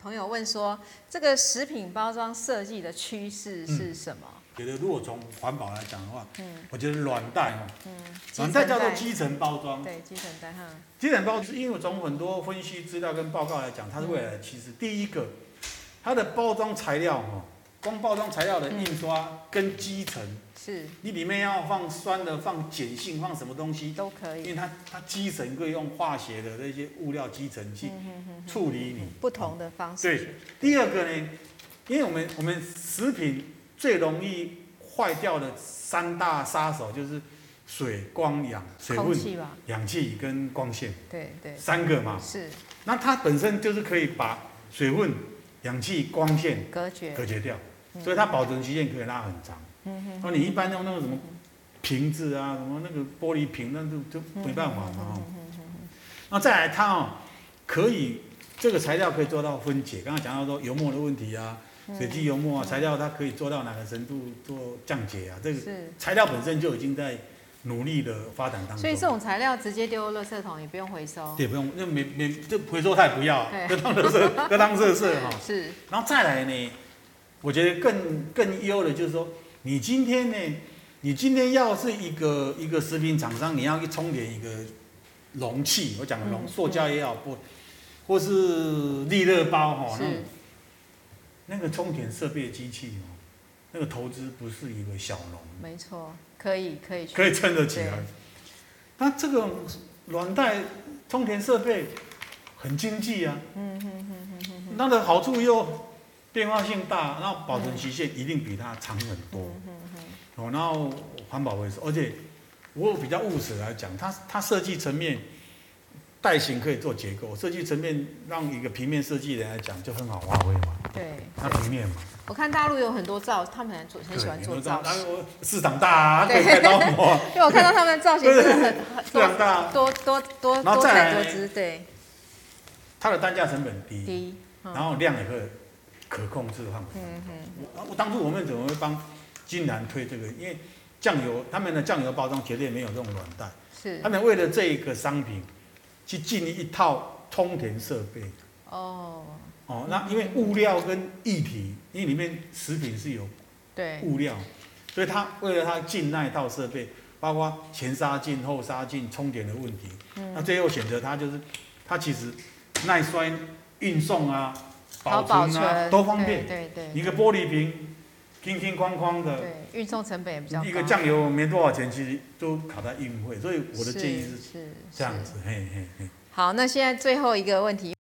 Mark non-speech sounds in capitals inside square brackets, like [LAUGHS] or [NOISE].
朋友问说，这个食品包装设计的趋势嗯是什么？觉得如果从环保来讲的话，嗯我觉得软袋哦，嗯，基软层袋叫做基层包装。对基层袋哈，基层包装，因为从很多分析资料跟报告来讲，它是未来的趋势。第一个，它的包装材料哦，光包装材料的印刷跟基层，是你里面要放酸的、放碱性、放什么东西，都可因以。为它它基层可以用化学的那些物料基层去嗯哼哼哼处理你。不同的方式。对，第二个呢，因为我们我们食品最容易坏掉的三大杀手就是水、光、氧、水空分、气吧，氧气跟光线对对，三个嘛。是那它本身就是可以把水分、氧气、光线隔绝。隔绝掉，嗯所以它保存期限可以拉很长。嗯哼，那你一般用那个什么瓶子啊，什么那个玻璃瓶，那就就嗯没办法嘛哦。那再来，它哦，可以这个材料可以做到分解。刚刚讲到说油墨的问题啊，嗯水基油墨啊，材料它可以做到哪个程度做降解啊？这个嗯是。材料本身就已经在努力的发展当中。所以这种材料直接丢垃圾桶，也不用回收。也不用，那没没这回收太不要啊，对这当垃圾，这当垃圾哈。是然后再来呢，我觉得更更优的就是说，你今天呢，你今天要是一个一个食品厂商，你要去充填一个容器，我讲的容，嗯塑胶也好，不，或是利乐包哈、那是种，那个充填设备机器哦，那个投资不是一个小农没错，可以可以去。可以撑得起对来。那这个软袋充填设备很经济啊，嗯哼哼哼哼哼。它的好处又变化性大，然后保存期限一定比它长很多。嗯哼哼，哦，然后环保为首，而且我比较务实来讲，它它设计层面袋型可以做结构，设计层面让一个平面设计人来讲就很好发挥嘛，对，它平面嘛，我看大陆有很多造，他们很做很喜欢对做你都知造道型，哎我市场大啊，可对以开刀模 [LAUGHS] 啊，因为我看到他们的造型真的 [LAUGHS] 很 [LAUGHS] 很市场大啊，多多多然后多再彩来多姿，对，它的单价成本低，低，嗯然后量也可以可控制范围。嗯哼，我我当初我们怎么会帮金兰推这个？因为酱油他们的酱油包装绝对没有这种软袋，是他们为了这一个商品去进一套充填设备。哦，哦，那因为物料跟液体，因为里面食品是有对，物料，所以他为了他进那一套设备，包括前杀进、后杀进、充填的问题，那嗯，最后选择它就是，它其实耐摔、运送啊、好保保存存啊都方便。对对一对个玻璃瓶，空空框框的，对，运送成本也比较高。一个酱油没多少钱，其实都卡在运费，所以我的建议是是这样。是子，嘿嘿嘿。好，那现在最后一个问题。